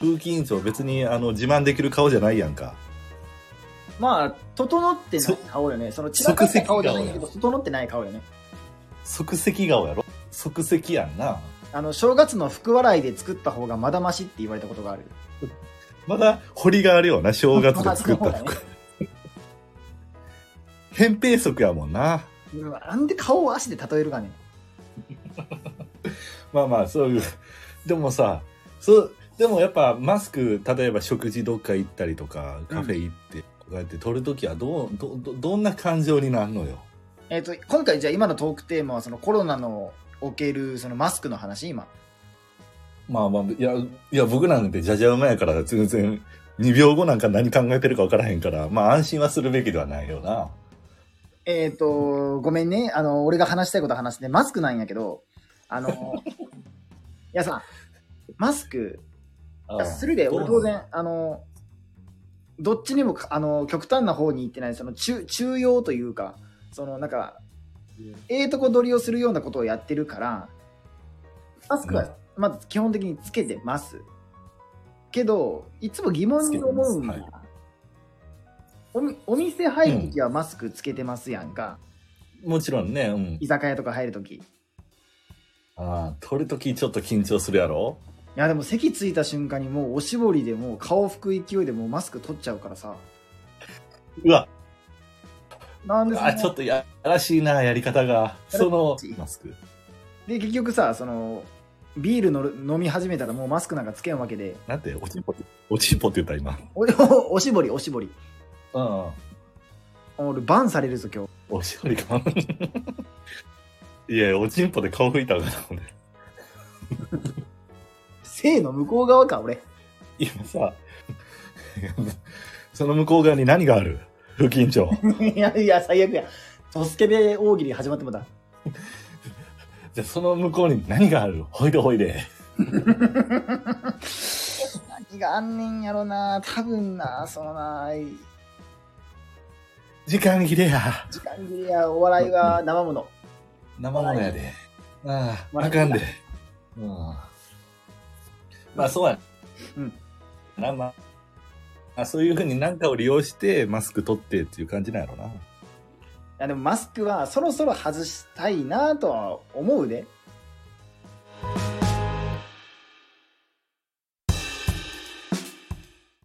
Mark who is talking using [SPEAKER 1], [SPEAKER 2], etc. [SPEAKER 1] ウーキンズを別にあの自慢できる顔じゃないやんか。
[SPEAKER 2] まあ、整ってない顔よね。その散らかった顔じゃないけど、整ってない顔よね。
[SPEAKER 1] 即席顔やろ即席やんな。
[SPEAKER 2] あの、正月の福笑いで作った方がまだましって言われたことがある。
[SPEAKER 1] まだ彫りがあるよな、正月で作っ
[SPEAKER 2] ま
[SPEAKER 1] た
[SPEAKER 2] だそうだ
[SPEAKER 1] 服。扁平足やもんな。
[SPEAKER 2] うわなんで顔を足で例えるかね。
[SPEAKER 1] まあまあ、そういう。でもさ、そう、でもやっぱマスク、例えば食事どっか行ったりとか、カフェ行って、こうやって撮るときはどう、ど、ど、どんな感情になるのよ。
[SPEAKER 2] えっ、と、今回じゃあ今のトークテーマは、そのコロナのおける、そのマスクの話、今。
[SPEAKER 1] まあまあ、いや、いや、僕なんてじゃじゃ馬やから、全然、2秒後なんか何考えてるか分からへんから、まあ安心はするべきではないよな。
[SPEAKER 2] えっ、と、ごめんね。あの、俺が話したいこと話して、マスクなんやけど、あの、いやさ、マスク、いやするで、俺当然。、あの、どっちにもか、あの、極端な方に行ってない、その中、中庸というか、その、なんか、ええとこ取りをするようなことをやってるから、マスクは、まず基本的につけてます。けど、いつも疑問に思うんだ
[SPEAKER 1] つけて
[SPEAKER 2] おみお店入るときはマスクつけてますやんか。
[SPEAKER 1] もちろんね、うん。
[SPEAKER 2] 居酒屋とか入るとき。い
[SPEAKER 1] ああ、撮るときちょっと緊張するやろ
[SPEAKER 2] や、でも席着いた瞬間にもうおしぼりでもう顔拭く勢いでもうマスク取っちゃうからさ。
[SPEAKER 1] うわ、
[SPEAKER 2] なんでそんな
[SPEAKER 1] あ、ちょっとやらしいな、やり方が。その
[SPEAKER 2] やらしい、
[SPEAKER 1] マスク。
[SPEAKER 2] で結局さそのビールのる飲み始めたらもうマスクなんかつけんわけで
[SPEAKER 1] なんて、おちんぽって、おちんぽって言った今。
[SPEAKER 2] おおおしぼりおしぼり
[SPEAKER 1] うんうん。
[SPEAKER 2] 俺バンされるぞ今日
[SPEAKER 1] おしぼりか。 いや、おちんぽで顔拭いたから、俺。
[SPEAKER 2] 性の向こう側か俺
[SPEAKER 1] 今さ、 その向こう側に何がある不緊張。
[SPEAKER 2] いやいや最悪やトスケベ大喜利始まってもだ
[SPEAKER 1] じゃあその向こうに何があるほいでほいで。
[SPEAKER 2] 何があんねんやろな多分なそのな
[SPEAKER 1] 時間切れや。
[SPEAKER 2] 時間切れやお笑いは生もの
[SPEAKER 1] 生ものやで。ああ、
[SPEAKER 2] 笑
[SPEAKER 1] あ
[SPEAKER 2] い
[SPEAKER 1] かんで。うん。まあそうや。
[SPEAKER 2] うん。
[SPEAKER 1] な、まあ、あそういうふうに何かを利用してマスク取ってっていう感じなんやろな。
[SPEAKER 2] いやでもマスクはそろそろ外したいなとは思うで